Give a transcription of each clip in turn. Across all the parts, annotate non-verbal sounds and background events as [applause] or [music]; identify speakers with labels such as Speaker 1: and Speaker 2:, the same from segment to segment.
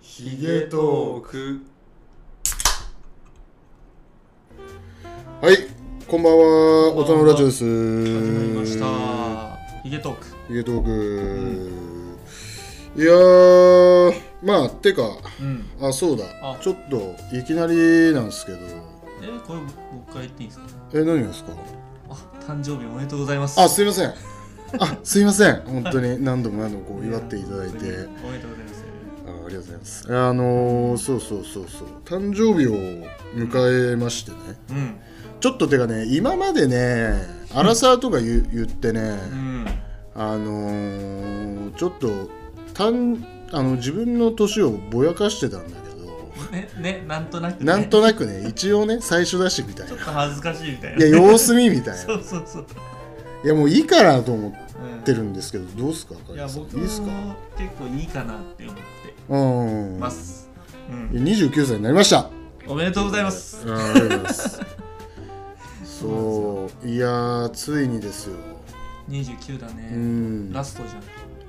Speaker 1: ヒゲトーク
Speaker 2: はい、こんばんは、
Speaker 1: こん
Speaker 2: 大
Speaker 1: ばん
Speaker 2: 人
Speaker 1: は
Speaker 2: のラジオです。
Speaker 1: 始
Speaker 2: 始
Speaker 1: まりまし。たヒゲトーク
Speaker 2: ヒゲトーク、いやー、まあ、てか、
Speaker 1: うん
Speaker 2: あ、そうだ
Speaker 1: あ、
Speaker 2: ちょっといきなりなんですけど、
Speaker 1: えこれ僕から言っていいんですか
Speaker 2: え、何がですか
Speaker 1: あ誕生日おめでとうございます
Speaker 2: あ、すいません。あ、すいま [laughs] せん。本当に何度も何度もこう祝っていただいて、
Speaker 1: や本当におめでとうございます
Speaker 2: あありがとうございます。あのー、そうそうそうそう、誕生日を迎えましてね、
Speaker 1: うん
Speaker 2: ちょっとてかね、今までね、アラサーとか言う言ってね、
Speaker 1: うん
Speaker 2: あのーちょっとたんあの自分の年をぼやかしてたんだけど
Speaker 1: ねねなんとな
Speaker 2: [laughs]
Speaker 1: くね
Speaker 2: なんとなくね一応ね最初だしみたい
Speaker 1: ちょ
Speaker 2: な
Speaker 1: っと恥ずかしいみたい
Speaker 2: い
Speaker 1: な
Speaker 2: や様子見みたいな
Speaker 1: そうそうそう
Speaker 2: いやもういいかなと思っ
Speaker 1: うん
Speaker 2: てるんですけどどうすか赤
Speaker 1: いや
Speaker 2: 井さん
Speaker 1: 僕
Speaker 2: いいっすか
Speaker 1: も結構いいかなって思って
Speaker 2: うん
Speaker 1: ますうん
Speaker 2: 29歳になりましたあ
Speaker 1: おめでとうございます
Speaker 2: ーありがとうございますそういやーついにですよ
Speaker 1: 29だ
Speaker 2: う
Speaker 1: ね
Speaker 2: ん
Speaker 1: ラストじゃ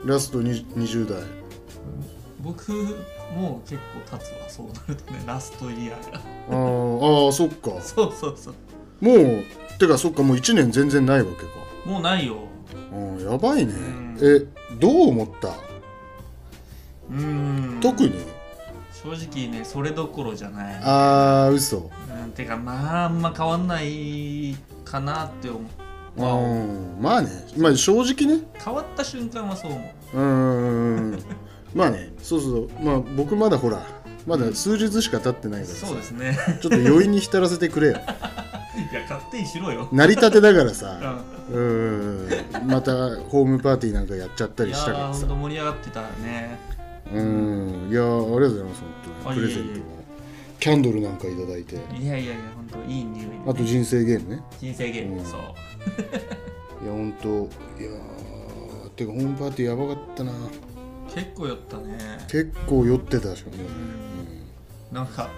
Speaker 1: ん
Speaker 2: ラストに20代
Speaker 1: 僕もう結構経つわそうなるとねラストイヤーが
Speaker 2: あーあーそっか
Speaker 1: そうそうそう
Speaker 2: もうてかそっかもう1年全然ないわけか
Speaker 1: もうないよ
Speaker 2: うん、やばいね
Speaker 1: ん。
Speaker 2: え、どう思った、
Speaker 1: うーん
Speaker 2: 特に
Speaker 1: 正直ねそれどころじゃない
Speaker 2: あー、嘘。
Speaker 1: うんてかまああんま変わんないかなって思うまあ
Speaker 2: うん、まあね。まあ正直ね。
Speaker 1: 変わった瞬間はそう思う
Speaker 2: うーん。 [laughs] まあね、そうそうそう。まあ僕まだほら、まだ数日しか経ってないからさ
Speaker 1: そうですね
Speaker 2: ちょっと余韻に浸らせてくれ
Speaker 1: [laughs]
Speaker 2: よ。
Speaker 1: いや勝手にしろよ
Speaker 2: 成り立てだから
Speaker 1: うん
Speaker 2: さ。うーん。またホームパーティーなんかやっちゃった
Speaker 1: い
Speaker 2: り
Speaker 1: や
Speaker 2: したから
Speaker 1: ーほ
Speaker 2: さ
Speaker 1: ん。と盛り上がってたね
Speaker 2: うーん。いやー、ありがとうございます、本当に。
Speaker 1: あ
Speaker 2: プ
Speaker 1: いえいえ
Speaker 2: レゼントも。キャンドルなんかいただいて。
Speaker 1: いやいやいやほんといい匂い
Speaker 2: あと人生ゲームね。
Speaker 1: 人生ゲーム、
Speaker 2: うん
Speaker 1: そう
Speaker 2: いや本当いやーてかホームパーティーやばかったな
Speaker 1: 結構やったね
Speaker 2: 結構酔ってたでしょ、も
Speaker 1: なんか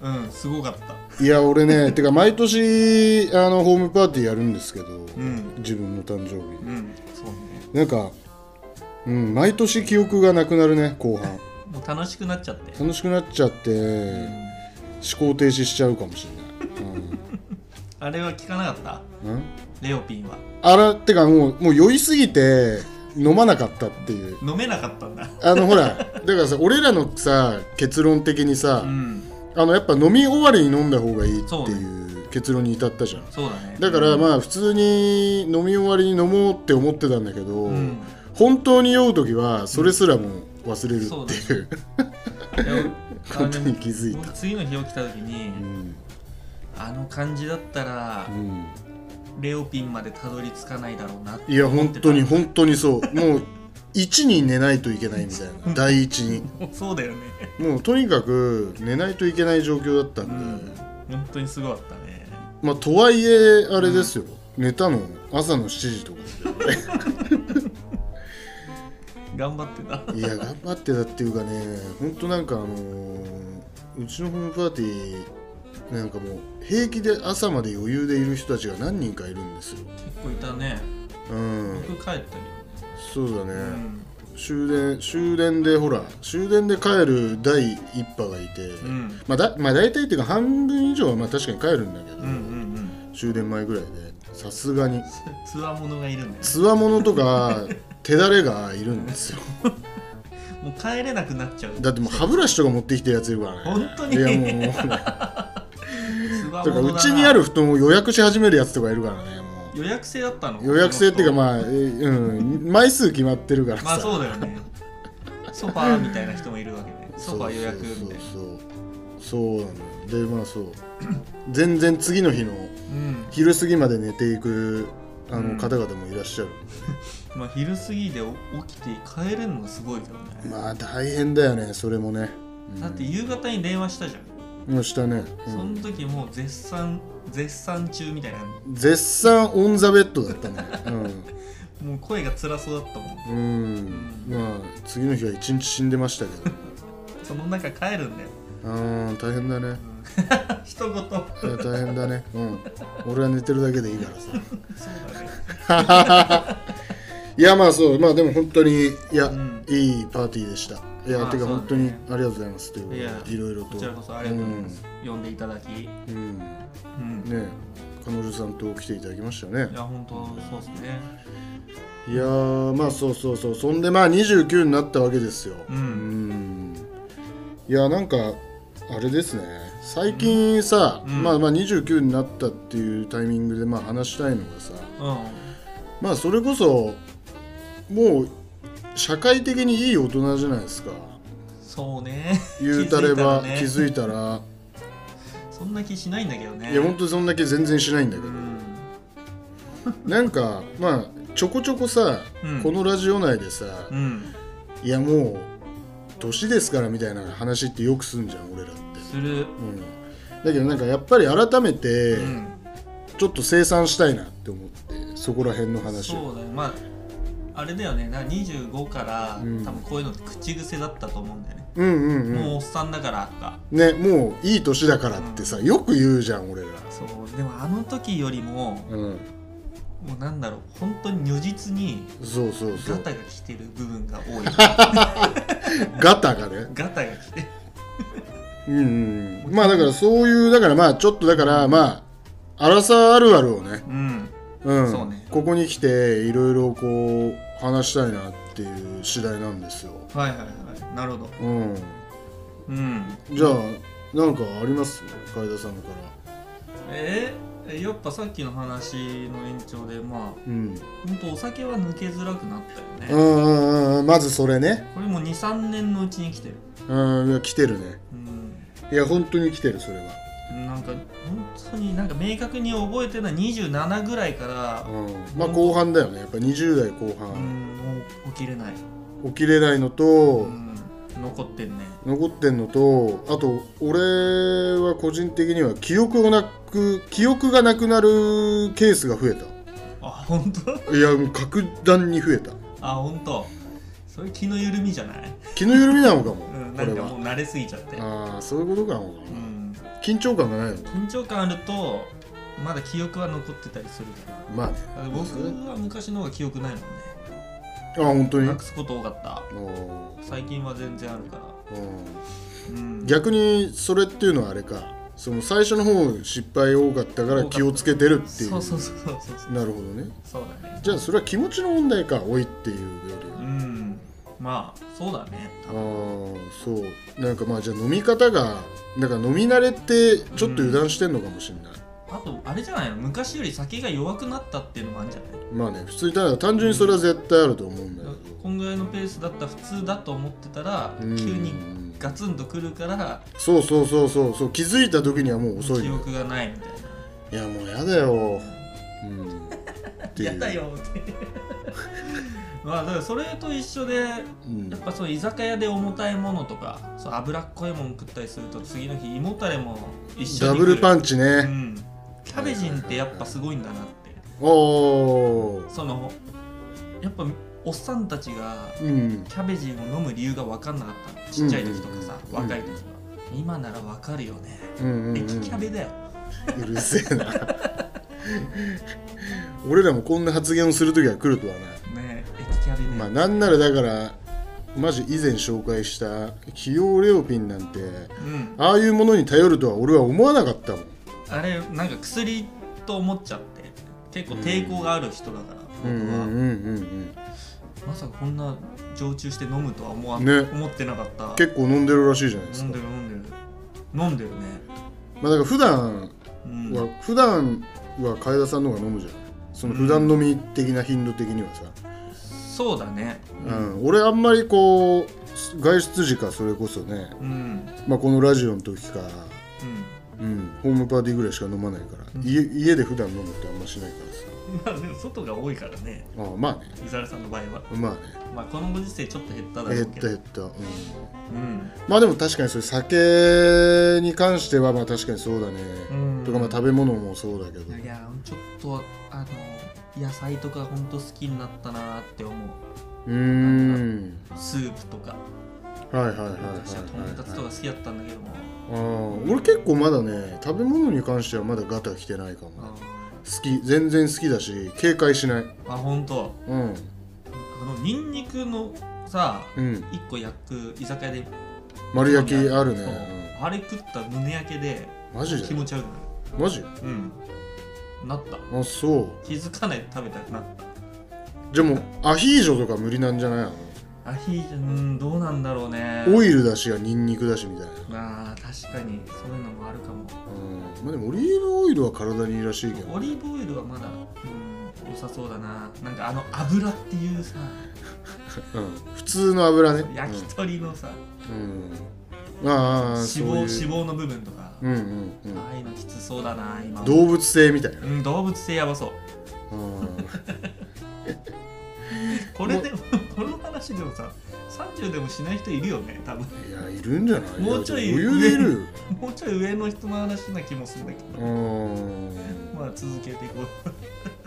Speaker 1: うんすごかった
Speaker 2: ういや俺ねてか毎年あのホームパーティーやるんですけど、
Speaker 1: ん
Speaker 2: 自分の誕生日
Speaker 1: うんそうね
Speaker 2: なんかうん毎年記憶がなくなるね後半
Speaker 1: もう楽しくなっちゃって
Speaker 2: 楽しくなっちゃって思考停止しちゃうかもしれない、
Speaker 1: あれは聞かなかった
Speaker 2: うん、うん
Speaker 1: レオピンは
Speaker 2: あらてかもうもう酔いすぎて飲まなかったっていう
Speaker 1: 飲めなかったんだ
Speaker 2: あのほらだからさ俺らのさ結論的にさ、
Speaker 1: うん
Speaker 2: あのやっぱ飲み終わりに飲んだ方がいいって
Speaker 1: そうね
Speaker 2: いう結論に至ったじゃん、
Speaker 1: そうだね
Speaker 2: だからまあ普通に飲み終わりに飲もうって思ってたんだけど、
Speaker 1: うん
Speaker 2: 本当に酔う時はそれすらも忘れるっていう、
Speaker 1: いや
Speaker 2: ことに気づいた
Speaker 1: あの僕次の日起きた時に、
Speaker 2: うん
Speaker 1: あの感じだったら、
Speaker 2: うん
Speaker 1: レオピンまでたどり着かないだろうなって
Speaker 2: いや
Speaker 1: 思って
Speaker 2: 本
Speaker 1: た
Speaker 2: 当に本当にそうもう1に寝ないといけないみたいな第一に
Speaker 1: もうそうだよね
Speaker 2: もうとにかく寝ないといけない状況だったん
Speaker 1: う
Speaker 2: で、
Speaker 1: ん本当にすごかったね
Speaker 2: まあとはいえあれですよ、寝たの朝の7時とか
Speaker 1: 頑張ってた
Speaker 2: いや頑張ってたっていうかね本当なんかあのーうちのホームパーティーなんかもう平気で朝まで余裕でいる人たちが何人かいるんですよ
Speaker 1: 結構いたね
Speaker 2: うん
Speaker 1: 僕帰ったけどね
Speaker 2: そうだね、
Speaker 1: うん
Speaker 2: 終電終電でほら終電で帰る第一波がいて、
Speaker 1: うん
Speaker 2: まあだまあ大体っていうか半分以上はまあ確かに帰るんだけど、
Speaker 1: うんうんうん
Speaker 2: 終電前ぐらいでさすがに
Speaker 1: つわものがいるんだよ
Speaker 2: つわものとか手だれがいるんですよ
Speaker 1: もう帰れなくなっちゃう
Speaker 2: だってもう歯ブラシとか持ってきてるやついるからね
Speaker 1: 本当に
Speaker 2: いやもう
Speaker 1: つわ
Speaker 2: と
Speaker 1: もの
Speaker 2: か
Speaker 1: だ
Speaker 2: う
Speaker 1: な
Speaker 2: ちにある布団を予約し始めるやつとかいるからねも
Speaker 1: 予約制だったの
Speaker 2: う予約制っていうか
Speaker 1: あ
Speaker 2: まあ、えうん、枚数決まってるからさ、
Speaker 1: まあそうだよ
Speaker 2: [laughs]
Speaker 1: ねソファーみたいな人もいるわけねソファー予約みたいな
Speaker 2: そうそうそうそうなのよでまあそう全然次の日の
Speaker 1: うん
Speaker 2: 昼過ぎまで寝ていくあ
Speaker 1: うん
Speaker 2: の方々もいらっしゃる、
Speaker 1: まあ昼過ぎでお起きて帰れるのがすごいけどね、
Speaker 2: まあ大変だよねそれもね、うん、
Speaker 1: だって夕方に電話したじゃん、
Speaker 2: もうしたね、う
Speaker 1: そ
Speaker 2: ん
Speaker 1: の時もう絶賛絶賛中みたいな
Speaker 2: 絶賛オンザベッドだったね
Speaker 1: もう声が辛そうだったもん
Speaker 2: うん、うん、まあ次の日は一日死んでましたけど
Speaker 1: その中帰るんだよ [laughs]
Speaker 2: うん大変だね
Speaker 1: 一言そうだね
Speaker 2: いや大変だね、うん、俺は寝てるだけでいいからさいやまあそうまあでも本当にいや、
Speaker 1: ん
Speaker 2: いいパーティーでしたいや、
Speaker 1: まあ
Speaker 2: てか
Speaker 1: そうだね
Speaker 2: 本当にありがとうございますということ
Speaker 1: いや
Speaker 2: でいろいろと
Speaker 1: こちらこそありがとうございます、呼んでいただき、
Speaker 2: うん、うんね
Speaker 1: うん、
Speaker 2: 彼女さんと来ていただきましたね
Speaker 1: いや本当そうですね
Speaker 2: いやーまあそうそうそうそんでまあ29になったわけですよ
Speaker 1: うん
Speaker 2: んいやなんかあれですね最近さ、
Speaker 1: うん
Speaker 2: まあまあ29になったっていうタイミングでまあ話したいのがさ
Speaker 1: う
Speaker 2: まあそれこそもう社会的にいい大人じゃないですか
Speaker 1: んそうね [laughs]
Speaker 2: 言うたれば気
Speaker 1: 気づいたらね
Speaker 2: づいたら,、
Speaker 1: そんな気しないんだけどね
Speaker 2: いや本当にそんだけ全然しないんだけ
Speaker 1: う
Speaker 2: ど、
Speaker 1: ん
Speaker 2: なんかまあちょこちょこさ、
Speaker 1: うん
Speaker 2: このラジオ内でさ、
Speaker 1: うん
Speaker 2: いやもう年ですからみたいな話ってよくすんじゃん俺らって、
Speaker 1: する
Speaker 2: うん、だけどなんかやっぱり改めて
Speaker 1: うん
Speaker 2: ちょっと清算したいなって思ってそこら辺の話を
Speaker 1: そうだよまああれだよねな25から、
Speaker 2: うん
Speaker 1: 多分こういうのって口癖だったと思うんだよね、
Speaker 2: うんうん
Speaker 1: もう
Speaker 2: う
Speaker 1: おっさんだからとか
Speaker 2: んねもういい年だからってさよく言うじゃん俺ら
Speaker 1: そうでもあの時よりも
Speaker 2: うん
Speaker 1: もうなんだろう本当に如実に
Speaker 2: そうそうそ
Speaker 1: ガ
Speaker 2: う
Speaker 1: タが来てる部分が多
Speaker 2: [laughs]
Speaker 1: い
Speaker 2: ガタがね
Speaker 1: ガタが来て
Speaker 2: うんうんまあだからそういうだからまあちょっとだからまあ荒さあるあるをね
Speaker 1: うん
Speaker 2: うん
Speaker 1: そうね
Speaker 2: ここに来ていろいろこう話したいなっていう次第なんですよ
Speaker 1: はいはいはいなるほど
Speaker 2: うん
Speaker 1: うん
Speaker 2: じゃあなんかあります楓田さんから
Speaker 1: えーえやっぱさっきの話の延長でまあ
Speaker 2: うん
Speaker 1: ほんとお酒は抜けづらくなったよね
Speaker 2: うんうんうんまずそれね
Speaker 1: これも23年のうちに来てる
Speaker 2: うんいや来てるね
Speaker 1: うん
Speaker 2: いや本当に来てるそれは
Speaker 1: なんか本当になんか明確に覚えてるのは27ぐらいから
Speaker 2: うんまあ後半だよねやっぱ20代後
Speaker 1: う
Speaker 2: 半
Speaker 1: んもう起きれない
Speaker 2: 起きれないの
Speaker 1: う
Speaker 2: と
Speaker 1: ん残ってんね
Speaker 2: 残ってんのとあと俺は個人的には記憶をなく記憶がなくなるケースが増えた
Speaker 1: あ本当
Speaker 2: いやもう格段に増えた
Speaker 1: あ本当それ気の緩みじゃない、
Speaker 2: 気の緩みなのかも、
Speaker 1: うん、
Speaker 2: こ
Speaker 1: な
Speaker 2: れ
Speaker 1: んかも
Speaker 2: は
Speaker 1: う慣れすぎちゃって、
Speaker 2: ああそういうことか
Speaker 1: う
Speaker 2: も、
Speaker 1: ん、
Speaker 2: 緊張感がないのか
Speaker 1: 緊張感あるとまだ記憶は残ってたりするから
Speaker 2: まあね
Speaker 1: だから僕は昔の方が記憶ないもんね
Speaker 2: あ本当に
Speaker 1: なくすこと多かった
Speaker 2: うん
Speaker 1: 最近は全然あるから
Speaker 2: う
Speaker 1: うん
Speaker 2: ん逆にそれっていうのはあれかその最初の方失敗多かったから気をつけてるっていう
Speaker 1: そうそうそうそうそう
Speaker 2: なるほどね
Speaker 1: そうだね
Speaker 2: じゃあそれは気持ちの問題か多いっていうより
Speaker 1: う
Speaker 2: は
Speaker 1: んまあそうだね
Speaker 2: あーそうなんかまあじゃあ飲み方がなんか飲み慣れってちょっと油断してんのかもしれない、
Speaker 1: あとあれじゃないの昔より酒が弱くなったっていうのもあるんじゃない
Speaker 2: まあね普通にただ単純にそれは絶対あると思うんだけど、
Speaker 1: こんぐらいのペースだったら普通だと思ってたら
Speaker 2: うん
Speaker 1: 急にガツンとくるから
Speaker 2: そうそうそうそうそう気づいた時にはもう遅い
Speaker 1: 記
Speaker 2: の
Speaker 1: 憶がないみたいない
Speaker 2: やもうやだよ、うん、っていう
Speaker 1: やだ、よって
Speaker 2: [laughs]
Speaker 1: まあだからそれと一緒でや
Speaker 2: うん
Speaker 1: っぱその居酒屋で重たいものとかそう脂っこいもの食ったりすると次の日胃もたれも一緒
Speaker 2: ダ
Speaker 1: に
Speaker 2: ブルパ
Speaker 1: ン、
Speaker 2: ンチね、
Speaker 1: うん、キャベジンってやっぱすごいんだなって
Speaker 2: おー
Speaker 1: そのやっぱおっさんたちが
Speaker 2: うん
Speaker 1: キャベジンを飲む理由が分かんなかったのちっちゃい時とかさ、
Speaker 2: うんうんうん
Speaker 1: 若い時は、今なら分かるよね、
Speaker 2: うんうんう
Speaker 1: 駅キャ
Speaker 2: ん
Speaker 1: ベだよ
Speaker 2: うるせえな俺らもこんな発言をする時は来るとはな
Speaker 1: ねえ駅キャベだよ、
Speaker 2: まあなんならだからマジ以前紹介した起用レオピンなんて
Speaker 1: うん、
Speaker 2: ああいうものに頼るとは俺は思わなかったもん
Speaker 1: あれなんか薬と思っちゃって結構抵抗がある人だから、
Speaker 2: うんう
Speaker 1: 僕は、
Speaker 2: んうん
Speaker 1: まさかこんな常駐して飲むとは思わ、
Speaker 2: ね
Speaker 1: 思ってなかった
Speaker 2: 結構飲んでるらしいじゃないです
Speaker 1: 飲ん
Speaker 2: か
Speaker 1: でる飲んでる飲んでるね
Speaker 2: まあだから普段
Speaker 1: うん
Speaker 2: は普段は楓田さんの方が飲むじゃんその普段飲み的な頻度的にはさ、
Speaker 1: そうだね
Speaker 2: うん、俺あんまりこう外出時かそれこそね、
Speaker 1: うんうん
Speaker 2: まあ、このラジオの時か、
Speaker 1: うん
Speaker 2: うん、ホームパーティーぐらいしか飲まないから、
Speaker 1: うん
Speaker 2: 家家で普段飲むってあんましないからさ
Speaker 1: まあでも外が多いからね
Speaker 2: ああまあね
Speaker 1: 伊沢さんの場合は
Speaker 2: ま
Speaker 1: まあこのご時世ちょっと減った
Speaker 2: あ
Speaker 1: だ
Speaker 2: ね
Speaker 1: ろ
Speaker 2: 減
Speaker 1: う
Speaker 2: っ
Speaker 1: け
Speaker 2: た
Speaker 1: ど
Speaker 2: 減った、うん、
Speaker 1: うん
Speaker 2: まあでも確かにそれ酒に関してはまあ確かにそうだね、
Speaker 1: うん
Speaker 2: とかまあ食べ物もそうだけど
Speaker 1: いやちょっとあの野菜とかほんと好きになったなって思う
Speaker 2: うーん
Speaker 1: スープとか
Speaker 2: はいはいはいはい
Speaker 1: 昔はとんかつと
Speaker 2: はい
Speaker 1: か好きだったんだけども、
Speaker 2: ああ俺結構まだね食べ物に関してはまだガタ来てないかもね好き全然好きだし警戒しない
Speaker 1: あーあほんと
Speaker 2: うん
Speaker 1: あのニンニクのさ
Speaker 2: うん
Speaker 1: 一個焼く居酒屋で
Speaker 2: 丸焼きある
Speaker 1: そう
Speaker 2: ね、
Speaker 1: あれ食ったら胸焼けで
Speaker 2: うん、マジ
Speaker 1: 気
Speaker 2: で
Speaker 1: 持ち悪くな
Speaker 2: マジ
Speaker 1: るうんなった
Speaker 2: あそう
Speaker 1: 気づかないで食べたくなった
Speaker 2: じゃあもうアヒージョとか無理なんじゃないの
Speaker 1: アヒージョうんどうなんだろうね
Speaker 2: オイルだしがニンニクだしみたいな、
Speaker 1: まあ確かにそういうのもあるかも
Speaker 2: うん、まあでもオリーブオイルは体にいいらしいけど
Speaker 1: オリーブオイルはまだうん良さそうだななんかあの油っていうさ
Speaker 2: うん、普通の油ね
Speaker 1: 焼き鳥のさ、
Speaker 2: うん、うん、ああ
Speaker 1: 脂
Speaker 2: そ
Speaker 1: 肪
Speaker 2: ういう
Speaker 1: 脂肪の部分とか、
Speaker 2: うんうんうん
Speaker 1: ああいうのきつそうだな今
Speaker 2: 動物性みたいな、
Speaker 1: うん、動物性やばそう
Speaker 2: うん、
Speaker 1: これでもこの話でもさ30でもしない人いるよね多分
Speaker 2: いやいるんじゃな
Speaker 1: [laughs]
Speaker 2: い
Speaker 1: もうちょい
Speaker 2: だって余裕でいるよ
Speaker 1: もうちょい上の人の話な気もするんだけ
Speaker 2: う
Speaker 1: ど、
Speaker 2: ん
Speaker 1: まあ続けていこ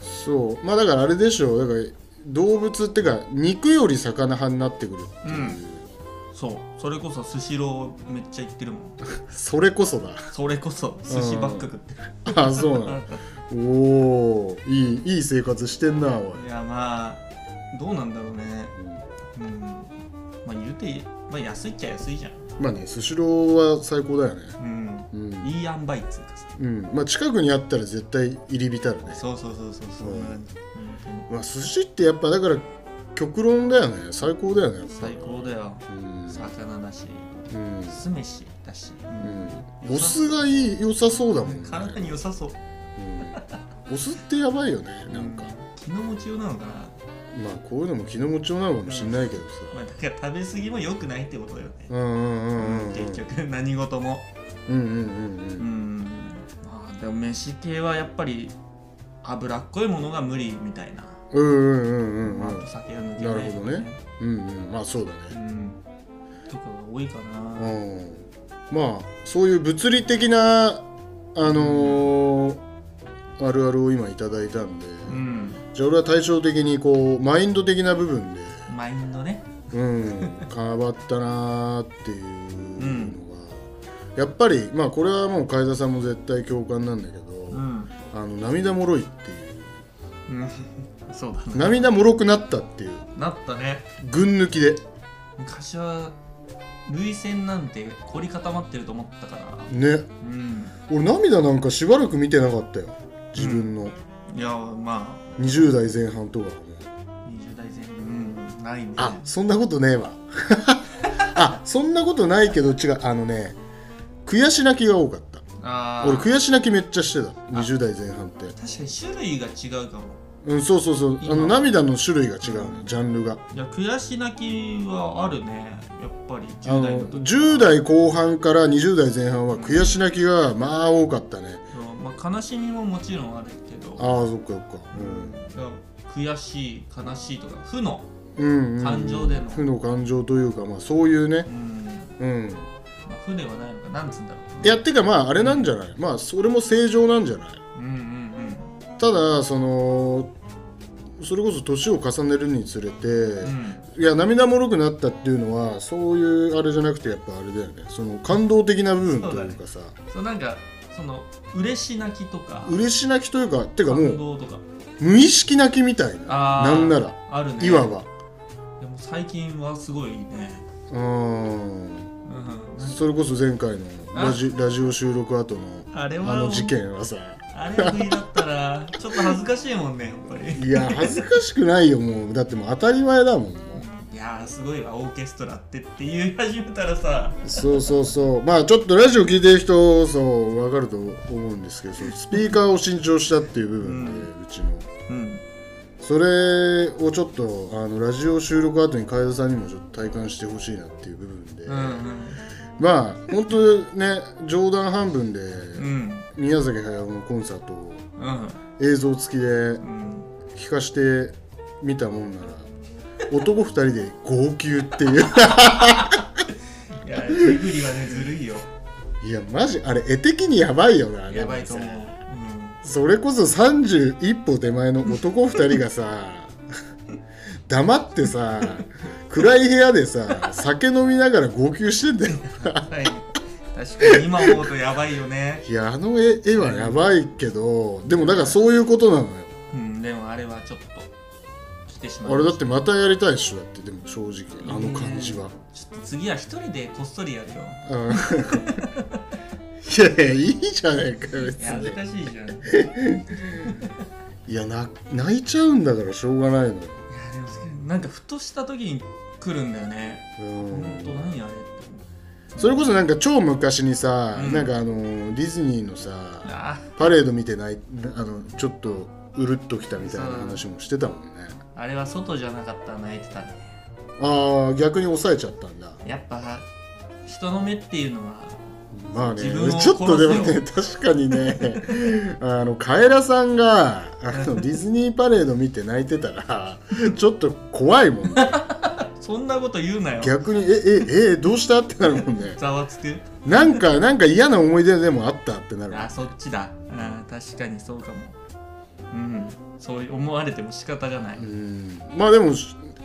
Speaker 2: そうまあだからあれでしょうだから動物ってか肉より魚派になってくるっていう、
Speaker 1: うそうそれこそスシローめっちゃ行 [laughs] ってるもん
Speaker 2: それこそだ
Speaker 1: それこそ寿司ばっか食ってる、
Speaker 2: あそうなのおおいいいい生活してんなおい、
Speaker 1: いやまあどうなんだろうね
Speaker 2: うん
Speaker 1: うんまあ言うて、まあ、安いっちゃ安いじゃん
Speaker 2: まあねスシローは最高だよね
Speaker 1: うん
Speaker 2: うん、
Speaker 1: いい塩梅っつうかさ
Speaker 2: うん、まあ近くにあったら絶対入り浸るね
Speaker 1: そうそうそうそうそううんな感じ本当に
Speaker 2: まあ寿司ってやっぱだから極論だよね最高だよねやっぱ
Speaker 1: 最高だよ
Speaker 2: うん
Speaker 1: 魚だし
Speaker 2: うん
Speaker 1: 酢飯だし、
Speaker 2: うんお酢がいい良さそうだもんね
Speaker 1: 体に良さそう
Speaker 2: うんお酢ってやばいよねなんか
Speaker 1: 気の持ちようなのかな、
Speaker 2: まあこういうのも気の持ちようなのかもしんないけどさ
Speaker 1: まあ、だから食べ過ぎも良くないってことだよね
Speaker 2: う、んうんうんうんうん
Speaker 1: 結局 [laughs] 何事も
Speaker 2: うんうん
Speaker 1: う
Speaker 2: うん
Speaker 1: んまあでも飯系はやっぱり脂っこいものが無理みたいな、
Speaker 2: うんうんうんうん
Speaker 1: まあ、あと酒は抜けないとか
Speaker 2: なるほどねうんうんまあそうだ
Speaker 1: う
Speaker 2: ね
Speaker 1: んとかが多いかな、
Speaker 2: うんまあそういう物理的なあのーあるあるを今いただいたんで、
Speaker 1: うん、
Speaker 2: じゃあ俺は対照的にこうマインド的な部分で、
Speaker 1: マインドね
Speaker 2: うん、変わったなーっていう
Speaker 1: う
Speaker 2: の
Speaker 1: ん
Speaker 2: が、やっぱりまあこれはもう楓田さんも絶対共感なんだけど、
Speaker 1: うん、
Speaker 2: あの涙もろいっていう
Speaker 1: [laughs] そうだね
Speaker 2: 涙もろくなったっていう
Speaker 1: なったね
Speaker 2: 群抜きで
Speaker 1: 昔は涙腺なんて凝り固まってると思ったから
Speaker 2: ね
Speaker 1: うん
Speaker 2: 俺涙なんかしばらく見てなかったよ自分の
Speaker 1: いやま
Speaker 2: 20代前半とかはね
Speaker 1: あ20代前うんないね
Speaker 2: あそんなことねえわあそんなことないけど違うあのね悔し泣きが多かった
Speaker 1: あー
Speaker 2: 俺悔し泣きめっちゃしてた20代前半って
Speaker 1: 確かに種類が違うかも
Speaker 2: うんそうそうそうあの
Speaker 1: 今
Speaker 2: 涙の種類が違うの、
Speaker 1: うん
Speaker 2: ジャンルが
Speaker 1: いや悔し泣きはあるねやっぱり
Speaker 2: あ
Speaker 1: 10代の
Speaker 2: の
Speaker 1: 時
Speaker 2: 10代後半から20代前半は悔し泣きがまあ多かったね
Speaker 1: そうまあ、悲しみももちろんあるけど
Speaker 2: ああそっかそっか、
Speaker 1: いや悔しい悲しいとか負の
Speaker 2: うん、うんうん
Speaker 1: 感情での
Speaker 2: 負の感情というかまあそういうね
Speaker 1: うん、
Speaker 2: うん
Speaker 1: まあ、負ではないのかなんつうんだろう
Speaker 2: いやってかまああれなんじゃないまあそれも正常なんじゃない
Speaker 1: うんうん
Speaker 2: ただそのそれこそ年を重ねるにつれて、
Speaker 1: うんうん
Speaker 2: いや涙もろくなったっていうのはそういうあれじゃなくてやっぱあれだよねその感動的な部分というかさ
Speaker 1: そうなんかその嬉し泣きとか
Speaker 2: 嬉し泣きというかてかも
Speaker 1: 感
Speaker 2: う
Speaker 1: 動とか
Speaker 2: 無意識泣きみたいな
Speaker 1: あー
Speaker 2: なんなら
Speaker 1: あるね
Speaker 2: いわば
Speaker 1: でも最近はすごいね
Speaker 2: うーん
Speaker 1: うんなんか
Speaker 2: それこそ前回のラジラジオ収録後の
Speaker 1: あれは
Speaker 2: あの事件はさ
Speaker 1: あれ食いだったらちょっと恥ずかしいもんねやっぱり
Speaker 2: いや恥ずかしくないよもうだってもう当たり前だもんも
Speaker 1: いやーすごいわオーケストラってって言い始めたらさ
Speaker 2: うそうそうそうまあちょっとラジオ聞いてる人そう分かると思うんですけどそのスピーカーを新調したっていう部分で、うちの
Speaker 1: うん
Speaker 2: それをちょっとあのラジオ収録後に楓さんにもちょっと体感してほしいなっていう部分で、
Speaker 1: うん
Speaker 2: まあ本当ね冗談半分で
Speaker 1: うんうん
Speaker 2: 宮崎駿のコンサートを
Speaker 1: うん
Speaker 2: 映像付きで
Speaker 1: うん
Speaker 2: 聞かしてみたもんなら男2人で号泣っていう
Speaker 1: [laughs] い
Speaker 2: [laughs]
Speaker 1: やジブリはねずるいよ
Speaker 2: いやマジあれ絵的にやばいよな
Speaker 1: やばいと思う
Speaker 2: でもさ
Speaker 1: う
Speaker 2: それこそ31歩手前の男2人がさ黙ってさ暗い部屋でさ酒飲みながら号泣してんだよ
Speaker 1: んはい確かに今思うとやばいよね
Speaker 2: いやあの絵絵はやばいけどでもだからそういうことなのよ
Speaker 1: うんでもあれはちょっと来てしまい
Speaker 2: あれだ
Speaker 1: ま
Speaker 2: っ
Speaker 1: して
Speaker 2: またやりたいっしょだってでも正直あの感
Speaker 1: [laughs]
Speaker 2: じは、
Speaker 1: たちょっと次は一人でこっそりやるよ
Speaker 2: うんいやいやいいじゃないか別
Speaker 1: いや恥
Speaker 2: に
Speaker 1: ずかしいじゃんいや
Speaker 2: いやな泣いちゃうんだからしょうがないのよ
Speaker 1: でもなんかふとした時に来るんだよね
Speaker 2: うん
Speaker 1: 本当何あれって
Speaker 2: それこそなんか超昔にさ、
Speaker 1: うん
Speaker 2: なんかあのディズニーのさ
Speaker 1: あ
Speaker 2: パレード見てないあのちょっとうるっときたみたいな話もしてたもんね
Speaker 1: ーあれは外じゃなかったら泣いてたね
Speaker 2: ああ逆に抑えちゃったんだ
Speaker 1: やっぱ人の目っていうのは
Speaker 2: まあね
Speaker 1: 自分を
Speaker 2: ちょっとでも
Speaker 1: 殺せ
Speaker 2: ね確かにね [laughs] あのカエラさんがあ
Speaker 1: [laughs]
Speaker 2: のディズニーパレード見て泣いてたらちょっと怖いもんね
Speaker 1: そんなこと言うなよ
Speaker 2: 逆にえええどうしたってなるもんね
Speaker 1: ざわつく
Speaker 2: なんかなんか嫌な思い出でもあったってなるもん
Speaker 1: あそっちだあー確かにそうかもうんそう思われても仕方がない、
Speaker 2: うんまあでも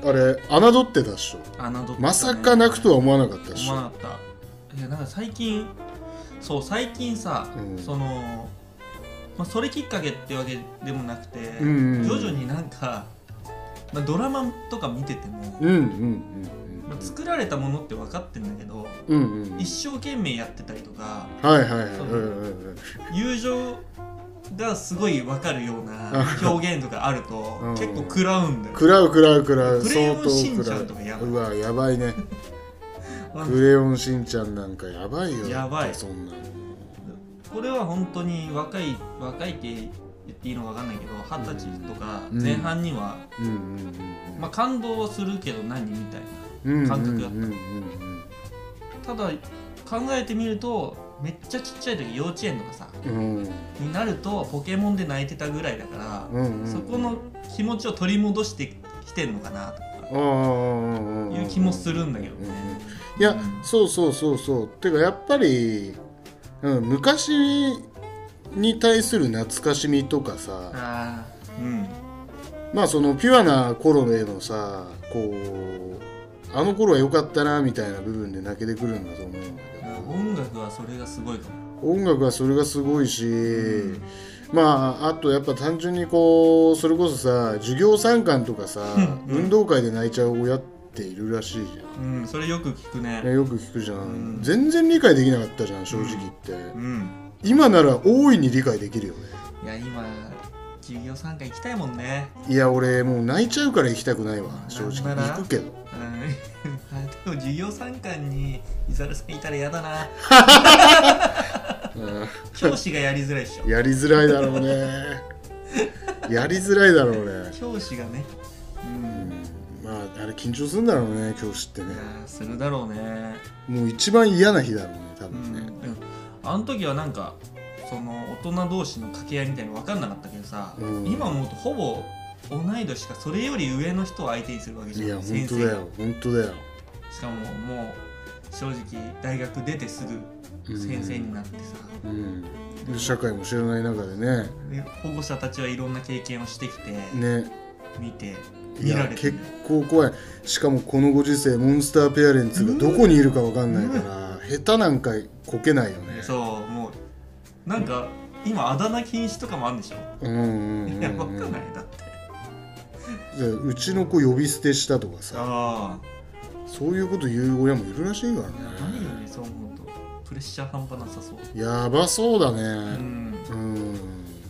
Speaker 2: あれ侮ってたっしょ
Speaker 1: 侮ってたね
Speaker 2: まさか泣くとは思わなかったっし
Speaker 1: 思
Speaker 2: ょ
Speaker 1: わなかったいやなんか最近そう最近さ、
Speaker 2: うん
Speaker 1: その、まあ、それきっかけってわけでもなくて、
Speaker 2: うんうんうん
Speaker 1: 徐々になんか、まあ、ドラマとか見てても、
Speaker 2: うんうんうん
Speaker 1: まあ作られたものって分かってんだけど、
Speaker 2: うんうんうん
Speaker 1: 一生懸命やってたりとか
Speaker 2: はいはいはい
Speaker 1: そう
Speaker 2: うんうん
Speaker 1: 友情がすごい分かるような表現とかあると、
Speaker 2: うん
Speaker 1: 結構食らうんだよ
Speaker 2: 食らう食らう食らう
Speaker 1: クレヨ
Speaker 2: 相
Speaker 1: ン
Speaker 2: 当
Speaker 1: しん
Speaker 2: 食
Speaker 1: ちゃ
Speaker 2: ら
Speaker 1: んとかやば
Speaker 2: う
Speaker 1: いう
Speaker 2: わやばいね
Speaker 1: なんか
Speaker 2: クレヨンしんちゃんなんかやばいよ
Speaker 1: やばい
Speaker 2: そんなの
Speaker 1: これは本当に若い若いって言っていいのか分かんないけど二十歳とか
Speaker 2: うん
Speaker 1: 前半には、
Speaker 2: うんうん
Speaker 1: まあ、感動はするけど何みたいな
Speaker 2: うんうん
Speaker 1: 感覚だった
Speaker 2: うんうんうん
Speaker 1: ただ考えてみるとめっちゃちっちゃい時幼稚園とかさ
Speaker 2: うん
Speaker 1: になるとポケモンで泣いてたぐらいだから、
Speaker 2: うんうん
Speaker 1: そこの気持ちを取り戻してきてんのかなとか
Speaker 2: ああ
Speaker 1: いう気もするんだけどね、
Speaker 2: いや、
Speaker 1: うん
Speaker 2: そうそうそうそうてかやっぱり、うん、昔に対する懐かしみとかさ、
Speaker 1: ああうん
Speaker 2: まあそのピュアな頃へのさこうあの頃は良かったなみたいな部分で泣けてくるんだと思うんだ
Speaker 1: 音楽はそれがすごいかも
Speaker 2: けど音楽はそれがすごいし、
Speaker 1: うん
Speaker 2: まああとやっぱ単純にこうそれこそさ授業参観とかさ、
Speaker 1: うん
Speaker 2: 運動会で泣いちゃう親っているらしいじゃん。
Speaker 1: うんそれよく聞く
Speaker 2: ね
Speaker 1: ね
Speaker 2: よく聞くじゃん、
Speaker 1: うん
Speaker 2: 全然理解できなかったじゃん正直言って、
Speaker 1: うん
Speaker 2: 今なら大いに理解できるよね
Speaker 1: いや今企業参加行きたいもんね
Speaker 2: いや俺もう泣いちゃうから行きたくないわ正
Speaker 1: な
Speaker 2: 直
Speaker 1: んなら
Speaker 2: 行くけど
Speaker 1: うん [laughs] あでも授業参観に伊沢さんいたら嫌だな
Speaker 2: う
Speaker 1: 教師がやりづらいっしょ
Speaker 2: んやりづらいだろうねやりづらいだろうね、
Speaker 1: 教師がねうん
Speaker 2: うん、まああれ緊張するんだろうね教師ってね
Speaker 1: いやーするだろうね
Speaker 2: もう一番嫌な日だろうね多
Speaker 1: うん
Speaker 2: 分ね、
Speaker 1: でもあの時はなんかその大人同士の掛け合いみたいなの分かんなかったけどさ、
Speaker 2: うん
Speaker 1: 今思うとほぼ同い年かそれより上の人を相手にするわけじゃん
Speaker 2: いや本
Speaker 1: 先
Speaker 2: 当
Speaker 1: 生
Speaker 2: だよ本当だよ
Speaker 1: しかももう正直大学出てすぐ先生になってさ、
Speaker 2: うんで社会も知らない中でね
Speaker 1: で保護者たちはいろんな経験をしてきて、
Speaker 2: ね
Speaker 1: 見て
Speaker 2: い
Speaker 1: 見ら
Speaker 2: や
Speaker 1: れて
Speaker 2: 結
Speaker 1: る
Speaker 2: 構怖いしかもこのご時世モンスターペアレンツがどこにいるかわかんないから、下手なんかこけないよね
Speaker 1: そうもうなんか今あだ名禁止とかもあるんでしょ、
Speaker 2: うんうんうん、うん、
Speaker 1: いや分かんないだって
Speaker 2: でうちの子呼び捨てしたとかさ
Speaker 1: ああ
Speaker 2: そういうこと言う親もいるらしいからね
Speaker 1: ないよねそう思うとプレッシャー半端なさそう
Speaker 2: やばそうだ
Speaker 1: う
Speaker 2: ね
Speaker 1: ん
Speaker 2: うん、
Speaker 1: い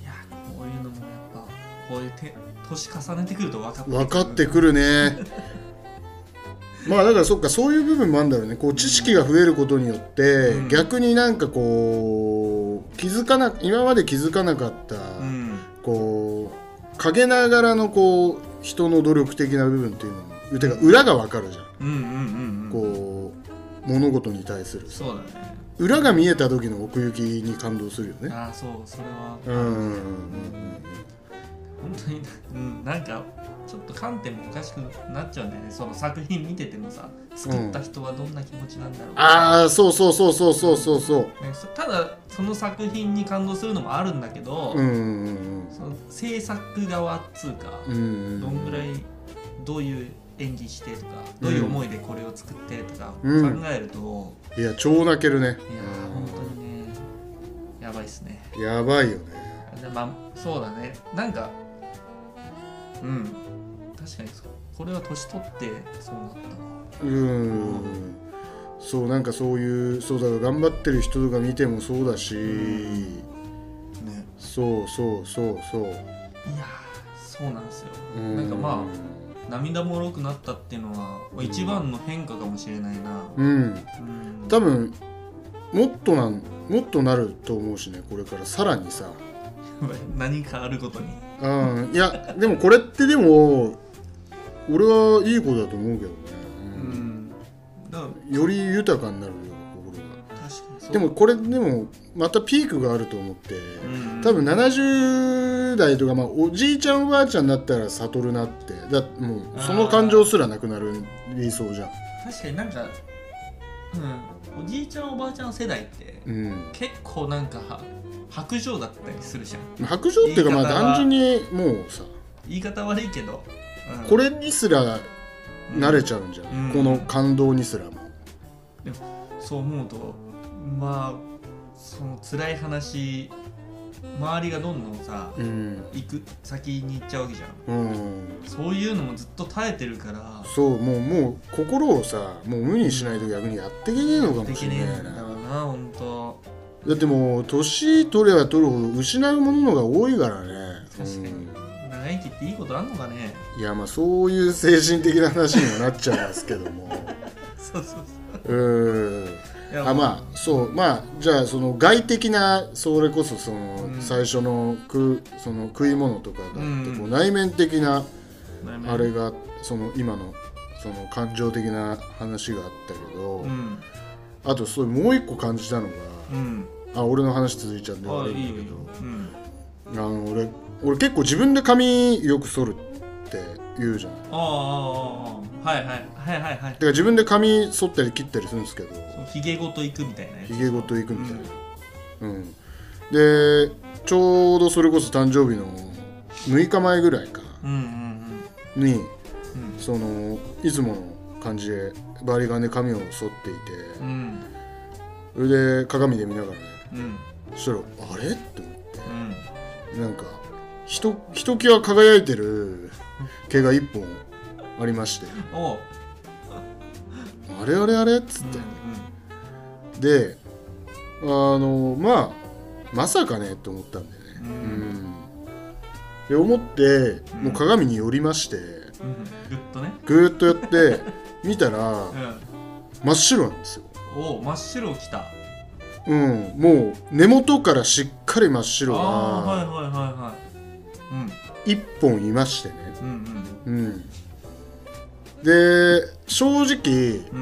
Speaker 1: やこういうのもやっぱこういうて年重ねてくると分かってくる
Speaker 2: 分かってく
Speaker 1: [laughs]
Speaker 2: るねまあだからそっかそういう部分もあるんだろうねこう知識が増えることによって、
Speaker 1: うん
Speaker 2: 逆になんかこう気づかな今まで気づかなかった、
Speaker 1: うん
Speaker 2: こう陰ながらのこう人の努力的な部分っていうのもてか裏がわかるじゃん、
Speaker 1: うんうんうんうん
Speaker 2: こう物事に対する
Speaker 1: そうだね
Speaker 2: 裏が見えた時の奥行きに感動するよね
Speaker 1: ああそうそれは
Speaker 2: うんうんうん
Speaker 1: 本当に、 [laughs] うん、なんかちょっと観点もおかしくなっちゃうんだよねその作品見ててもさ作った人はどんな気持ちなんだろう、
Speaker 2: ああそうそうそうそうそうそうそう
Speaker 1: ねそただその作品に感動するのもあるんだけど、
Speaker 2: うんうんうん
Speaker 1: その制作側っつうか、
Speaker 2: うんうん
Speaker 1: どんぐらいどういう演技してとかどういう思いでこれを作ってとか
Speaker 2: うん
Speaker 1: 考えると、
Speaker 2: いや超泣けるね
Speaker 1: いやー本当にねやばいっすね
Speaker 2: うんやばいよね
Speaker 1: でまあそうだねなんかうん確かにそうこれは年取ってそうなった
Speaker 2: うーんそうなんかそういうそうだから頑張ってる人とか見てもそうだし、
Speaker 1: わね
Speaker 2: そうそうそうそう
Speaker 1: いやーそうなんですよ
Speaker 2: うん
Speaker 1: なんかま涙もろくなったっていうのは一番の変化かもしれないな
Speaker 2: うん
Speaker 1: うん
Speaker 2: 多分もっとなんもっとなると思うしねこれからさらにさ
Speaker 1: [laughs] 何かあることに
Speaker 2: うんいやでもこれってでも俺はいいことだと思うけどね、
Speaker 1: う
Speaker 2: うん
Speaker 1: んだから
Speaker 2: より豊かになるよ心が
Speaker 1: 確かにそう
Speaker 2: でもこれでもまたピークがあると思って、
Speaker 1: うん
Speaker 2: 多分70代とか、まあ、おじいちゃんおばあちゃんになったら悟るなってだもうその感情すらなくなる理想じゃん
Speaker 1: 確かになんかうんおじいちゃんおばあちゃん世代って
Speaker 2: うん
Speaker 1: 結構なんかは白状だったりするじゃん
Speaker 2: 白状っていうかまあ
Speaker 1: 言い方が
Speaker 2: 単純にもうさ
Speaker 1: 言い方悪いけど、うん
Speaker 2: これにすら慣れちゃうんじゃん、
Speaker 1: うん
Speaker 2: この感動にすらも
Speaker 1: そう思うとまあその辛い話周りがどんどんさ
Speaker 2: うん
Speaker 1: 行く先に行っちゃうわけじゃん
Speaker 2: うん
Speaker 1: そういうのもずっと耐えてるから
Speaker 2: そうもうもう心をさもう無にしないと逆にやっていけねえのかも
Speaker 1: でき
Speaker 2: しれ
Speaker 1: ね
Speaker 2: な
Speaker 1: え
Speaker 2: い
Speaker 1: んだ
Speaker 2: な
Speaker 1: ろうな本当
Speaker 2: だってもう年取れば取るほど失うもののが多いからね
Speaker 1: 確かに
Speaker 2: うん
Speaker 1: 長生きっていいことあんのかね
Speaker 2: いやまあそういう精神的な話にはなっちゃいますけども
Speaker 1: [laughs] そうそうそう
Speaker 2: ーん
Speaker 1: ういや
Speaker 2: あまあそうまあじゃあその外的なそれこそその、
Speaker 1: うん
Speaker 2: 最初のくその食い物とかがあって、
Speaker 1: うん
Speaker 2: こう内面的な
Speaker 1: 悩み
Speaker 2: あれがその今のその感情的な話があったけど、
Speaker 1: うん
Speaker 2: あとそうもう一個感じたのが、
Speaker 1: うん
Speaker 2: あ俺の話続いちゃうんで
Speaker 1: あ
Speaker 2: 悪
Speaker 1: い
Speaker 2: い
Speaker 1: い
Speaker 2: ん
Speaker 1: よ
Speaker 2: だ
Speaker 1: いい
Speaker 2: け
Speaker 1: よ
Speaker 2: ど
Speaker 1: うん
Speaker 2: あの俺俺結構自分で髪よく剃るって言うじゃん
Speaker 1: ああああああはいはいはいはいはい
Speaker 2: てか自分で髪剃ったり切ったりするんですけど
Speaker 1: そうひげごと行くみたいなやつ
Speaker 2: ひげごといくみたいなうん、でちょうどそれこそ誕生日の6日前ぐらいか
Speaker 1: うんうん
Speaker 2: に
Speaker 1: うん
Speaker 2: そのいつもの感じでバリカンで髪を剃ってい
Speaker 1: うんうん
Speaker 2: てそれで鏡で見ながらね
Speaker 1: うん
Speaker 2: そしたらあれって思っ
Speaker 1: うん
Speaker 2: てなんかひとひときわ輝いてる毛が1本ありまして
Speaker 1: おう
Speaker 2: あれあれあれっつってであのまあまさかねって思ったんだよね
Speaker 1: うんう
Speaker 2: うんんで思って
Speaker 1: うん
Speaker 2: もう鏡に寄りまして
Speaker 1: うんぐっとね
Speaker 2: ぐーっと寄
Speaker 1: [laughs]
Speaker 2: って見たら
Speaker 1: うん
Speaker 2: 真っ白なんですよ、
Speaker 1: おう真っ白きた
Speaker 2: うん、もう根元からしっかり真っ白
Speaker 1: ああーはい
Speaker 2: が
Speaker 1: はいはいはい
Speaker 2: 1本いましてね、
Speaker 1: うんうん
Speaker 2: うん、で正直
Speaker 1: うん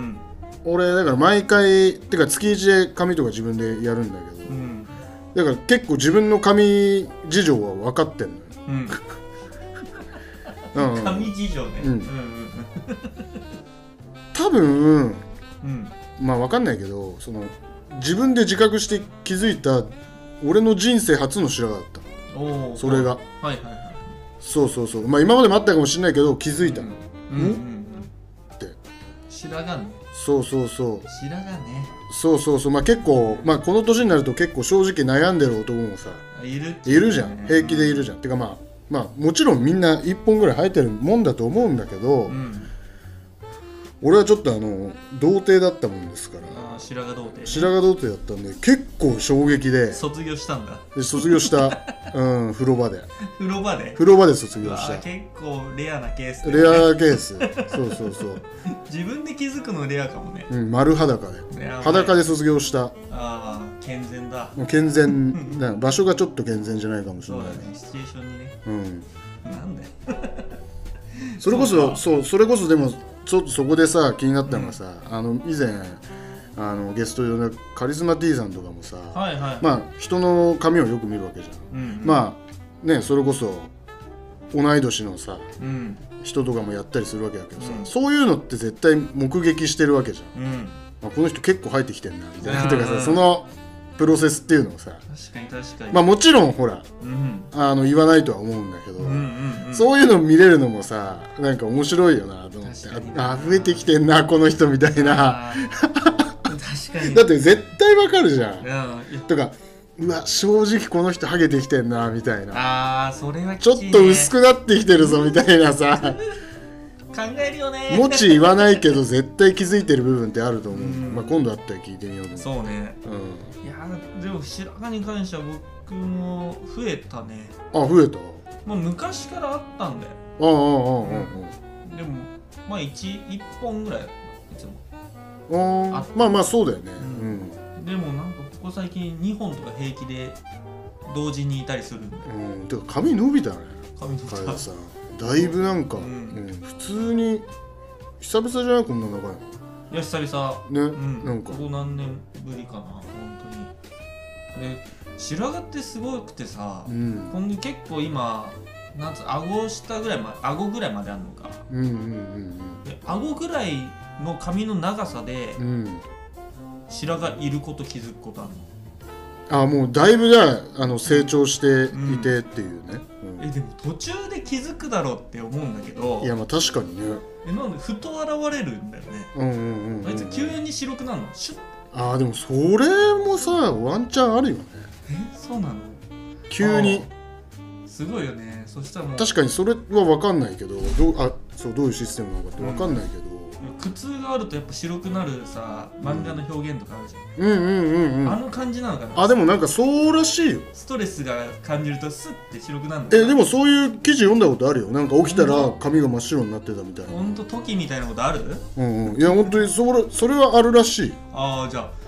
Speaker 1: うん
Speaker 2: 俺だから毎回てか月1で髪とか自分でやるんだけ
Speaker 1: う
Speaker 2: ど
Speaker 1: ん
Speaker 2: だから結構自分の髪事情は分かってんのよ、
Speaker 1: うん
Speaker 2: うんうん、
Speaker 1: 紙事情ね
Speaker 2: うん
Speaker 1: うん
Speaker 2: 多分
Speaker 1: うん
Speaker 2: まあわかんないけどその自分で自覚して気づいた俺の人生初の白髪だっ
Speaker 1: うんおう
Speaker 2: たそれが
Speaker 1: はいはいはい
Speaker 2: そうそうそうまあ今までもあったかもしれないけど気づい
Speaker 1: う
Speaker 2: たの、
Speaker 1: んうんうんうん
Speaker 2: て
Speaker 1: 白髪ね
Speaker 2: そうそうそう
Speaker 1: 白髪ね
Speaker 2: そうそうそうまあ結構まあこの年になると結構正直悩んでる男もさ
Speaker 1: あいる
Speaker 2: いるじゃん平気でいる
Speaker 1: じ
Speaker 2: じゃんてかまあまあもちろんみんな1本ぐらい生えてるもんだと思うんだけど、
Speaker 1: うん
Speaker 2: 俺はちょっとあの童貞だったもんですから
Speaker 1: あー白髪童貞
Speaker 2: 白髪童貞だったんで結構衝撃で
Speaker 1: 卒業したんだ
Speaker 2: で卒業した、うん、風呂場で
Speaker 1: 風呂場で
Speaker 2: 風呂場で卒
Speaker 1: う
Speaker 2: 業
Speaker 1: わ
Speaker 2: した
Speaker 1: ー結構レアなケースだ
Speaker 2: レ
Speaker 1: よね
Speaker 2: アケースそうそうそう、
Speaker 1: 自分で気づくのレアかもね
Speaker 2: うん、丸裸で
Speaker 1: ねあ
Speaker 2: 裸で卒業した
Speaker 1: ああ健全だ
Speaker 2: もう健全な場所がちょっと健全じゃないかもしれ
Speaker 1: そう
Speaker 2: な
Speaker 1: だ
Speaker 2: い
Speaker 1: ねシチュエーションにね
Speaker 2: うん、
Speaker 1: なんだよ
Speaker 2: それこ
Speaker 1: そう
Speaker 2: そ
Speaker 1: か
Speaker 2: そうそれこそでもちょっとそこでさ気になったのがさ、あの以前あのゲスト用のカリスマ T さんとかもさ、
Speaker 1: はいはい
Speaker 2: まあ人の髪をよく見るわけじゃん
Speaker 1: うん
Speaker 2: まあねそれこそ同い年のさ
Speaker 1: うん
Speaker 2: 人とかもやったりするわけだけどさ、
Speaker 1: うん
Speaker 2: そういうのって絶対目撃してるわけじゃん、
Speaker 1: うん
Speaker 2: まあ、この人結構生えてきてんなみたいな
Speaker 1: うん
Speaker 2: とかさそのプロセスっていうのをさ
Speaker 1: 確かに確かに
Speaker 2: まあもちろんほら
Speaker 1: うん
Speaker 2: あの言わないとは思うんだけど、
Speaker 1: うんうんうん
Speaker 2: そういうの見れるのもさなんか面白いよなと思って
Speaker 1: 確かに
Speaker 2: ああ増えてきてんなこの人みたいな
Speaker 1: あ
Speaker 2: [laughs]
Speaker 1: ー確かに
Speaker 2: だって絶対わかるじゃ
Speaker 1: うんい
Speaker 2: ん
Speaker 1: や
Speaker 2: とかうわ正直この人ハゲてきてんなみたいな
Speaker 1: ああそれはきつ
Speaker 2: ちょっ
Speaker 1: いね [laughs]
Speaker 2: と薄くなってきてるぞみたいなさ
Speaker 1: 考えるよね
Speaker 2: もち言わないけど絶対気づいてる部分ってあると思う、
Speaker 1: うん
Speaker 2: まあ、今度あったら聞いてみようと思
Speaker 1: そうね
Speaker 2: う、
Speaker 1: いやーでも白髪に関しては僕も増えたね
Speaker 2: うん、あ増えたあ
Speaker 1: まあ昔からあったんだよ
Speaker 2: あああ
Speaker 1: でもまあ 1, 一本ぐらいいつも
Speaker 2: ああああ
Speaker 1: あ
Speaker 2: まあまあそうだよねう、
Speaker 1: うんでもなんかここ最近2本とか平気で同時にいたりするんで
Speaker 2: うんてか髪伸びたね
Speaker 1: 髪の毛
Speaker 2: 楓さんだいぶなんか、う
Speaker 1: うんん
Speaker 2: 普通に久々じゃないこんな長い
Speaker 1: いや久々
Speaker 2: の
Speaker 1: う
Speaker 2: ね、
Speaker 1: ん
Speaker 2: なんか
Speaker 1: ここ何年ぶりかな本当にで白髪ってすごくてさ、
Speaker 2: うん
Speaker 1: 今後結構今なんつう顎下ぐらいまで顎ぐらいまであるのか
Speaker 2: うんうん
Speaker 1: で顎ぐらいの髪の長さで
Speaker 2: うんうんうん
Speaker 1: 白髪いること気づくことあるの
Speaker 2: あもうだいぶじゃああの成長していてっていうね、うん
Speaker 1: えでも途中で気づくだろうって思うんだけど
Speaker 2: いやまあ確かにね
Speaker 1: えなんでふと現れるんだよね
Speaker 2: うんうんうん、うん、
Speaker 1: あいつ急に白くなるのシュッ
Speaker 2: あーでもそれもさワンチャンあるよね
Speaker 1: えそうなの
Speaker 2: 急に
Speaker 1: あーすごいよねそしたらもう
Speaker 2: 確かにそれは分かんないけどどうあそうどういうシステムなのかって分かんないけど、
Speaker 1: 苦痛があるとやっぱ白くなるさ漫画の表現とかあるじゃん、
Speaker 2: うん、うんうんうん
Speaker 1: あ
Speaker 2: あ
Speaker 1: の感じなのかな
Speaker 2: でもなんかそうらしいよ
Speaker 1: ストレスが感じるとスッて白くなるの
Speaker 2: えでもそういう記事読んだことあるよなんか起きたら髪が真っ白になってたみたい
Speaker 1: ほ
Speaker 2: なん
Speaker 1: とトキみたいなことある
Speaker 2: うんうんいや本当にそれそれはあるらしい
Speaker 1: ああじゃあ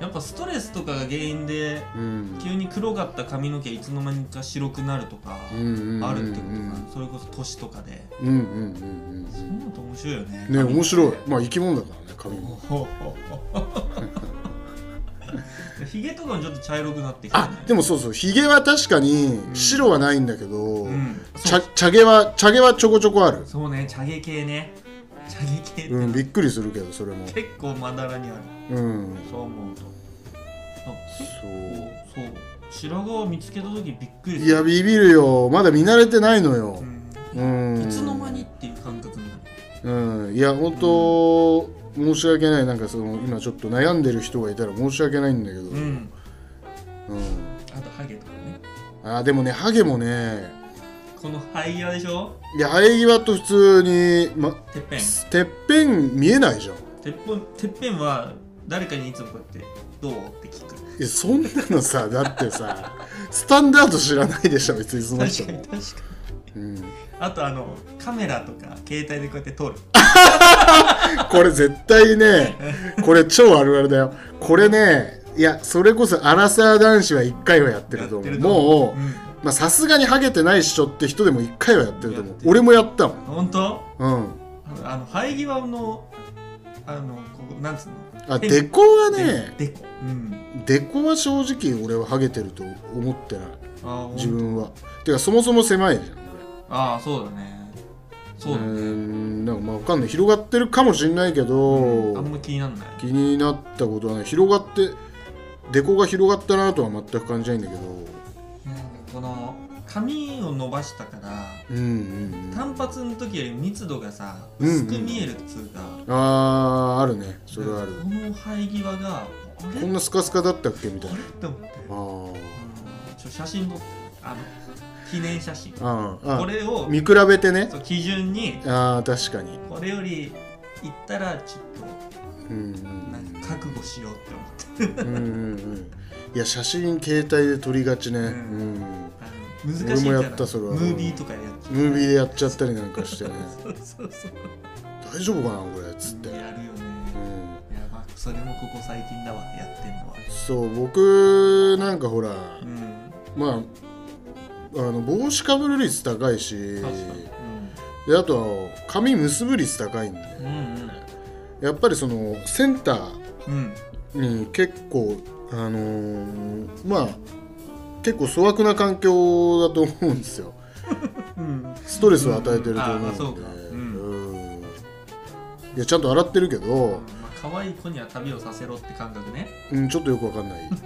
Speaker 1: やっぱストレスとかが原因で
Speaker 2: うん
Speaker 1: 急に黒かった髪の毛いつの間にか白くなるとか
Speaker 2: うんうんうん
Speaker 1: あるってことか、それこそ年とかで
Speaker 2: うんうんうん
Speaker 1: そんなのと面白いよね
Speaker 2: うんね面白い
Speaker 1: 髪って
Speaker 2: まあ生き物だからね髪も
Speaker 1: ほほほ [laughs] ひげとかもちょっと茶色くなってきて、ね、
Speaker 2: あでもそうそうひげは確かに
Speaker 1: ん
Speaker 2: 白はないんだけど、
Speaker 1: うん
Speaker 2: ち
Speaker 1: そ
Speaker 2: ゃ
Speaker 1: う
Speaker 2: 茶毛は茶毛はちょこちょこある
Speaker 1: そうね茶毛系ね茶毛系って、
Speaker 2: うんびっくりするけどそれも
Speaker 1: 結構まだらにある
Speaker 2: うん
Speaker 1: そう思うとあ
Speaker 2: そ
Speaker 1: そうそう白髪を見つけた時びっくり
Speaker 2: う
Speaker 1: す
Speaker 2: い
Speaker 1: る
Speaker 2: やビビるよまだ見慣れてないのよ
Speaker 1: う
Speaker 2: うん
Speaker 1: んいつの間にっていう感覚になる
Speaker 2: うんいや本当申し訳ないなんかその今ちょっと悩んでる人がいたら申し訳ないんだけど、う
Speaker 1: うんんあとハゲとかね
Speaker 2: あーでもねハゲもね
Speaker 1: この肺際でしょ
Speaker 2: いや生え際と普通に、ま、
Speaker 1: てっぺん
Speaker 2: てっぺん見えないじゃん
Speaker 1: てっぽんてっぺんは誰かにいつもこうやって「どう?」って聞く
Speaker 2: いやそんなのさ [laughs] だってさスタンダード知らないでしょ別にその人
Speaker 1: 確かに
Speaker 2: も
Speaker 1: 確、かに
Speaker 2: うん、
Speaker 1: あとあのカメラとか携帯でこうやって撮る
Speaker 2: これ絶対ねこれ超あるあるだよこれねいやそれこそアラサー男子は1回はやってると思
Speaker 1: や
Speaker 2: う
Speaker 1: ってると思
Speaker 2: もう
Speaker 1: うん
Speaker 2: まあさすがにハゲてないっしょって人でも1回はやってると思
Speaker 1: や
Speaker 2: う
Speaker 1: ってる
Speaker 2: 俺もやったもん
Speaker 1: 本当
Speaker 2: うん
Speaker 1: あの生え際のあのここなんつうの
Speaker 2: あ
Speaker 1: 変
Speaker 2: デコはね
Speaker 1: ででこうん
Speaker 2: デコは正直俺はハゲてると思ってない
Speaker 1: あーほん
Speaker 2: 自分はてかそもそも狭いじゃん
Speaker 1: ああそうだねそうう
Speaker 2: ー
Speaker 1: だね
Speaker 2: んなんかまあわかんない広がってるかもしんないけ
Speaker 1: あん
Speaker 2: ど
Speaker 1: ま気になんない
Speaker 2: 気になったことはない広がってデコが広がったなとは全く感じないんだけど
Speaker 1: なんかこの髪を伸ばしたから
Speaker 2: うんうんうん
Speaker 1: 単発の時より密度がさ薄く見えるっつうか、
Speaker 2: あーあるねそれはある
Speaker 1: この生え際があれ
Speaker 2: こんなスカスカだったっけみたい
Speaker 1: あ
Speaker 2: な
Speaker 1: れって思って
Speaker 2: あー
Speaker 1: うんちょ写真撮ってあの記念写真
Speaker 2: あー
Speaker 1: こ
Speaker 2: あ
Speaker 1: れを
Speaker 2: 見比べてね
Speaker 1: そう基準に
Speaker 2: あー確かに
Speaker 1: これよりいったらちょっ
Speaker 2: うんうん
Speaker 1: となんか覚悟しようって思って
Speaker 2: うんうんうんいや写真携帯で撮りがちね、う
Speaker 1: うんんあの難しいか
Speaker 2: 俺も
Speaker 1: ら
Speaker 2: やったそれは
Speaker 1: ムービーとかでやっちゃう
Speaker 2: ムービーでやっちゃったりなんか [laughs] してね
Speaker 1: そうそうそう
Speaker 2: 大丈夫かなこれっつって、
Speaker 1: やるよね
Speaker 2: うん、
Speaker 1: いやまあそれもここ最近だわやってんのは
Speaker 2: そう僕なんかほら
Speaker 1: うん
Speaker 2: まああの帽子かぶる率高いし
Speaker 1: 確かに
Speaker 2: であと髪結ぶ率高いんで
Speaker 1: うんうん
Speaker 2: やっぱりそのセンター
Speaker 1: うん
Speaker 2: に結構あのーまあ結構粗悪な環境だと思うんですよ
Speaker 1: うん
Speaker 2: ストレスを与えてると思
Speaker 1: うんあーそううかう
Speaker 2: のでうんいやちゃんと洗ってるけど、
Speaker 1: まあ可愛い子には旅をさせろって感覚ね
Speaker 2: うん、ちょっとよくわか
Speaker 1: [laughs]
Speaker 2: んない、うん、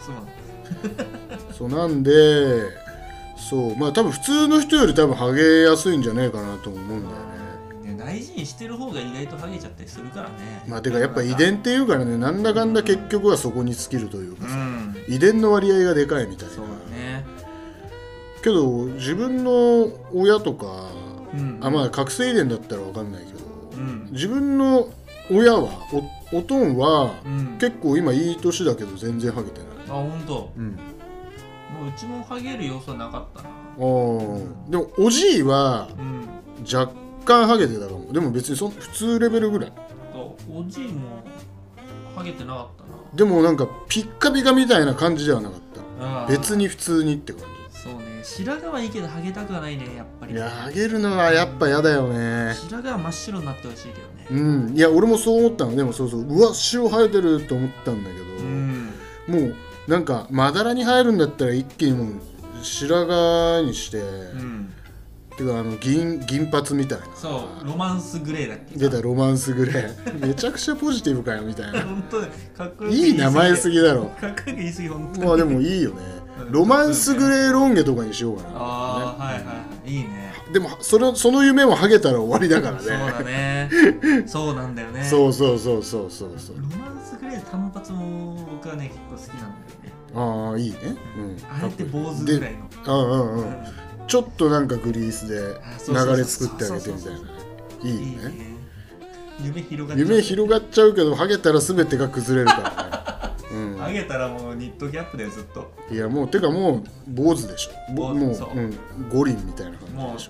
Speaker 1: そうなんだ
Speaker 2: そうなんでそうまあ多分普通の人より多分ハゲやすいんじゃねえかなと思うんだよね
Speaker 1: ね大事にしてる方が意外とハゲちゃったりするからね
Speaker 2: まあてかやっぱ遺伝っていうからねなんだかんだ結局はそこに尽きるという
Speaker 1: う
Speaker 2: かさ、
Speaker 1: ん
Speaker 2: 遺伝の割合がでかいみたいな
Speaker 1: そうだね
Speaker 2: けど自分の親とか
Speaker 1: ううん
Speaker 2: あまあ覚醒遺伝だったら分かんないけど、
Speaker 1: うん
Speaker 2: 自分の親はおおとんは、
Speaker 1: うん
Speaker 2: 結構今いい年だけど全然ハゲてない、
Speaker 1: あ本当。も
Speaker 2: うん、
Speaker 1: ううちもハゲる要素はなかったな
Speaker 2: あーでもおじいは
Speaker 1: うん
Speaker 2: 若干ハゲてたかもでも別にそん普通レベルぐらい
Speaker 1: とおじいもハゲてなかったな
Speaker 2: でもなんかピッカピカみたいな感じではなかっ
Speaker 1: あ
Speaker 2: た
Speaker 1: ー
Speaker 2: 別に普通にって感
Speaker 1: そうね白髪はいいけどハゲたくはないねやっぱ
Speaker 2: じ
Speaker 1: り
Speaker 2: いやハゲるのはやっぱ嫌だよね
Speaker 1: 白髪は真っ白になってほしいけどね
Speaker 2: うんいや俺もそう思ったのでもそうそううわ塩生えてると思ったんだけど、
Speaker 1: うん
Speaker 2: もうなんかまだらに生えるんだったら一気にもう白髪にして、
Speaker 1: うん
Speaker 2: てかあの銀銀髪みたいな
Speaker 1: そうロマンスグレーだっけ
Speaker 2: 出たロマンスグレーめちゃくちゃポジティブかよみたい
Speaker 1: [laughs] [laughs]
Speaker 2: な
Speaker 1: 本当だよかっこよく
Speaker 2: いい名前す
Speaker 1: ぎ
Speaker 2: ぎ
Speaker 1: [laughs]
Speaker 2: だろ
Speaker 1: かっこよく言いすぎ本当に
Speaker 2: まあでもいいよね
Speaker 1: うん
Speaker 2: ロマンスグレーロン毛とかにしようか
Speaker 1: ああ、
Speaker 2: な、
Speaker 1: はいはいいいね
Speaker 2: でもそれその夢もハゲたら終わりだから
Speaker 1: そう
Speaker 2: ね
Speaker 1: だね
Speaker 2: [laughs]
Speaker 1: そうなんだよね
Speaker 2: そうそうそうそうそうそう
Speaker 1: ロマンスグレー単発も僕はね結構好きなんだよね
Speaker 2: ああいいね、う
Speaker 1: あ
Speaker 2: ん、
Speaker 1: えて
Speaker 2: かっこ
Speaker 1: 坊主
Speaker 2: いい
Speaker 1: ぐら
Speaker 2: で
Speaker 1: いの
Speaker 2: うんうんう
Speaker 1: うんん
Speaker 2: ちょっとなんかグリースで
Speaker 1: そうそうそう
Speaker 2: 流れ作ってあげてみたいなねいい
Speaker 1: いい
Speaker 2: ね
Speaker 1: ね夢広がっちゃう
Speaker 2: 夢広がっちゃうけどハゲたら全てが崩れるからね、
Speaker 1: [laughs]
Speaker 2: うん
Speaker 1: あげたらもうニットキャップだよずっと
Speaker 2: いやもうてかもう坊主でしょぼ
Speaker 1: 坊主
Speaker 2: もう
Speaker 1: そう
Speaker 2: う、ん、五輪みたいな感じでし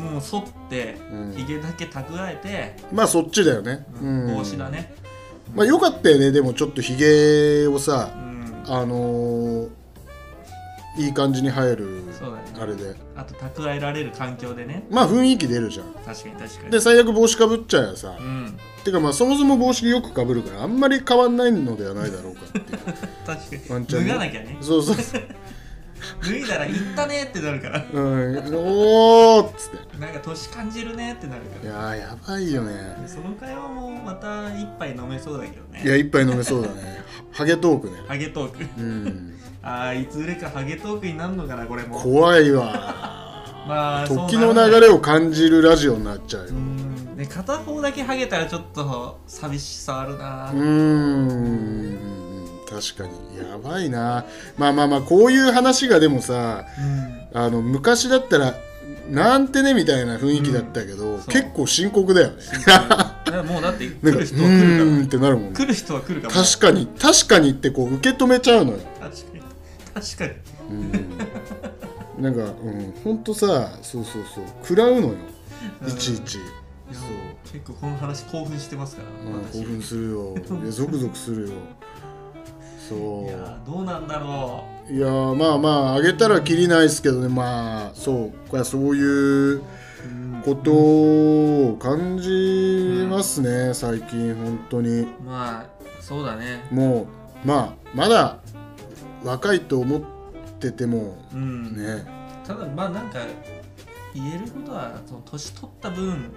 Speaker 2: ょ
Speaker 1: もう剃って
Speaker 2: うん
Speaker 1: ひげだけ蓄えて、
Speaker 2: まあそっちだよね、うん、
Speaker 1: 帽子だね
Speaker 2: まあよかったよねでもちょっとひげをさ
Speaker 1: うん
Speaker 2: あのーいい感じに生える
Speaker 1: そうだね
Speaker 2: あれで
Speaker 1: あと蓄えられる環境でね
Speaker 2: まあ雰囲気出るじゃん
Speaker 1: 確かに確かに
Speaker 2: で最悪帽子かぶっちゃえばさ
Speaker 1: うん
Speaker 2: てかまあそもそも帽子よくかぶるからあんまり変わんないのではないだろうか
Speaker 1: [laughs]
Speaker 2: っていう
Speaker 1: 確かに
Speaker 2: ワンチ
Speaker 1: 脱
Speaker 2: ャンね
Speaker 1: がなきゃね
Speaker 2: そうそう、
Speaker 1: 脱いだら「いったね」ってなるから
Speaker 2: うん、おーっつって
Speaker 1: なんか年感じるねってなるか
Speaker 2: い
Speaker 1: ら
Speaker 2: やーやばいよね
Speaker 1: その会話もまた一杯飲めそうだけど
Speaker 2: いや
Speaker 1: ね
Speaker 2: 一杯飲めそうだねハゲトークね
Speaker 1: ハゲトーク
Speaker 2: うん
Speaker 1: ああいつ売れかハゲトークになるのかなこれも
Speaker 2: 怖いわ
Speaker 1: まあ [laughs]
Speaker 2: 時
Speaker 1: そ
Speaker 2: の
Speaker 1: うなるね
Speaker 2: 流れを感じるラジオになっちゃうよ
Speaker 1: うーんね片方だけハゲたらちょっと寂しさあるな、
Speaker 2: うーん確かにやばいなまあまあまあこういう話がでもさ
Speaker 1: うん
Speaker 2: あの昔だったらなんてねみたいな雰囲気だったけど、
Speaker 1: んそう
Speaker 2: 結構深刻だよね
Speaker 1: だからもうだって来
Speaker 2: [laughs] なんかう
Speaker 1: る人は来るから
Speaker 2: ーんってなるもんね
Speaker 1: 来る人は来るから
Speaker 2: 確かに確かにってこう受け止めちゃうのよ
Speaker 1: 確かに確かに
Speaker 2: うんなんかうんほんとさそうそうそう食らうのよ
Speaker 1: うん
Speaker 2: いちいち
Speaker 1: いや
Speaker 2: そう
Speaker 1: 結構この話興奮してますから、
Speaker 2: うん、
Speaker 1: 私
Speaker 2: 興奮するよいやゾクゾクするよそう
Speaker 1: いやーどうなんだろ
Speaker 2: いやーまあまああげたらきりないですけどねまあそうこれはそういう
Speaker 1: う、うん
Speaker 2: ことを感じますね、最近本当に
Speaker 1: まあそうだね
Speaker 2: もうまあまだ若いと思ってても
Speaker 1: うん
Speaker 2: ね
Speaker 1: ただまあなんか言えることはその年取った分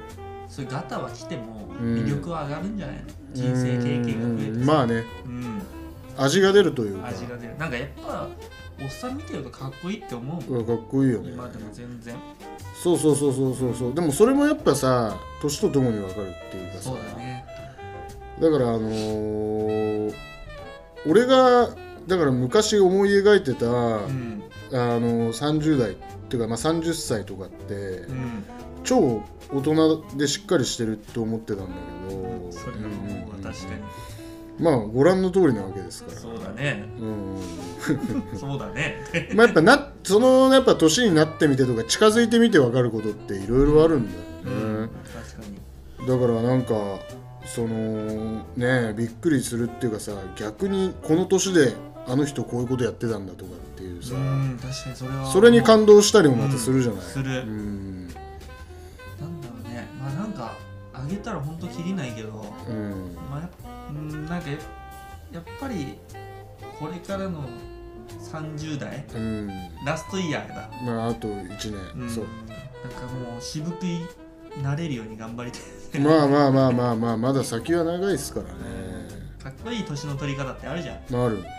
Speaker 1: そういうガタは来ても
Speaker 2: ん
Speaker 1: 魅力は上がるんじゃないの、人生経験が増えて
Speaker 2: うんまあね
Speaker 1: うん
Speaker 2: 味が出るというか
Speaker 1: 味が出るなんかやっぱおっさん見てるとかっこいいって思うもん
Speaker 2: うんかっこいいよね
Speaker 1: 今でも全然
Speaker 2: そうそうそうそうそうそうでもそれもやっぱさ年とともに分かるっていうかさ
Speaker 1: そうだね
Speaker 2: だからあのー俺がだから昔思い描いてた、
Speaker 1: うん
Speaker 2: あの30代っていうか、まあ、30歳とかって、
Speaker 1: うん
Speaker 2: 超大人でしっかりしてるって思ってたんだけど
Speaker 1: それは
Speaker 2: うんうん
Speaker 1: もう
Speaker 2: う
Speaker 1: 確
Speaker 2: ん
Speaker 1: かに
Speaker 2: まあご覧の通りなわけですから
Speaker 1: そうだね
Speaker 2: うんうん
Speaker 1: そうだ
Speaker 2: [laughs]
Speaker 1: ね
Speaker 2: まあやっぱなそのやっぱ年になってみてとか近づいてみて分かることっていろいろあるん
Speaker 1: う
Speaker 2: だよね
Speaker 1: ん、確かに
Speaker 2: だからなんかそのねびっくりするっていうかさ逆にこの年であの人こういうことやってたんだとかっていうさ、
Speaker 1: うん確かにそれは
Speaker 2: それに
Speaker 1: 動
Speaker 2: 感動したりもまたするじゃない、
Speaker 1: する
Speaker 2: うん
Speaker 1: なんだろうねまあなんかあげたらほんときりないけど
Speaker 2: うん
Speaker 1: まあやっうんなんかややっぱりこれからの30代
Speaker 2: うん
Speaker 1: ラストイヤーだ
Speaker 2: まああと1年、
Speaker 1: ん
Speaker 2: そう
Speaker 1: なんかもう渋くいなれるように頑張りたい
Speaker 2: まあまあまあまあまあまだ先は長いですからね
Speaker 1: かっこいい年の取り方ってあるじゃん
Speaker 2: まああるよね、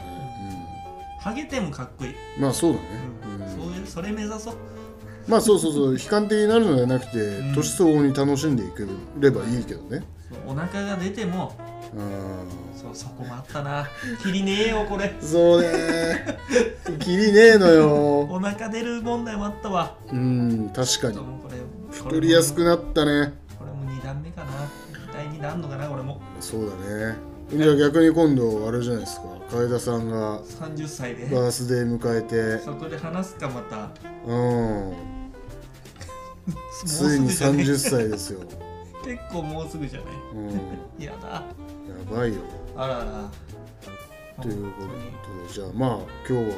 Speaker 1: ハゲてもかっこいい、
Speaker 2: うん、まあそうだね、
Speaker 1: うん
Speaker 2: うん
Speaker 1: そういうそれ目指そう
Speaker 2: まあそうそうそう悲観的になるのではなくて、
Speaker 1: ん
Speaker 2: 年相応に楽しんでいければいいけどね
Speaker 1: そうお腹が出ても
Speaker 2: うん
Speaker 1: そうそこもあったな切りねえよこれ
Speaker 2: そうねー。キリねえのよ。
Speaker 1: お腹出る問題もあったわ
Speaker 2: うん、確か
Speaker 1: ちょっと
Speaker 2: に。
Speaker 1: もうこれ
Speaker 2: 太りやすくなったね
Speaker 1: これも2段目かな第2弾あんのかなこれも
Speaker 2: そうだねじゃあ逆に今度あれじゃないですか楓田さんが
Speaker 1: 30歳で
Speaker 2: バースデー迎えて
Speaker 1: そこで話すかまた
Speaker 2: うん
Speaker 1: もう
Speaker 2: つ
Speaker 1: す
Speaker 2: い
Speaker 1: ぐ
Speaker 2: に
Speaker 1: じゃない
Speaker 2: 30歳ですよ、
Speaker 1: 結構もうすぐじゃない
Speaker 2: うん、
Speaker 1: やだ
Speaker 2: やばいよ
Speaker 1: あらら
Speaker 2: ということでじゃあまあ今日は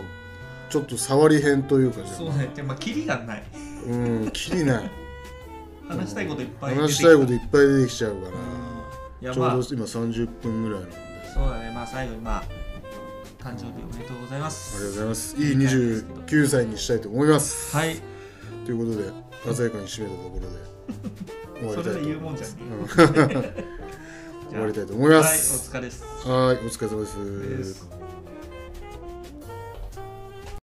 Speaker 2: ちょっと触り編というかじゃあ
Speaker 1: そうねってまあキリがない
Speaker 2: うんきりない
Speaker 1: 話したいこといっぱい出て
Speaker 2: 話
Speaker 1: き
Speaker 2: したたいこといっぱい出てきちゃうから、
Speaker 1: いや
Speaker 2: ちょう
Speaker 1: まあ
Speaker 2: ど
Speaker 1: そ
Speaker 2: 今30分ぐらいなんで
Speaker 1: うだねまあ最後にまあ誕生日おめでとうございま
Speaker 2: ありがとうご
Speaker 1: す
Speaker 2: ざいますいい29歳にしたいと思います
Speaker 1: はい
Speaker 2: ということで鮮やかに締めたとこ
Speaker 1: [laughs]
Speaker 2: ろで
Speaker 1: それで言
Speaker 2: 終わりたいと思いう
Speaker 1: もんじゃね [laughs]
Speaker 2: うん
Speaker 1: えじ
Speaker 2: 終
Speaker 1: ゃあ
Speaker 2: わり
Speaker 1: はい
Speaker 2: たいと思い
Speaker 1: お
Speaker 2: ます
Speaker 1: 疲れっす
Speaker 2: はいお疲れ様です
Speaker 1: です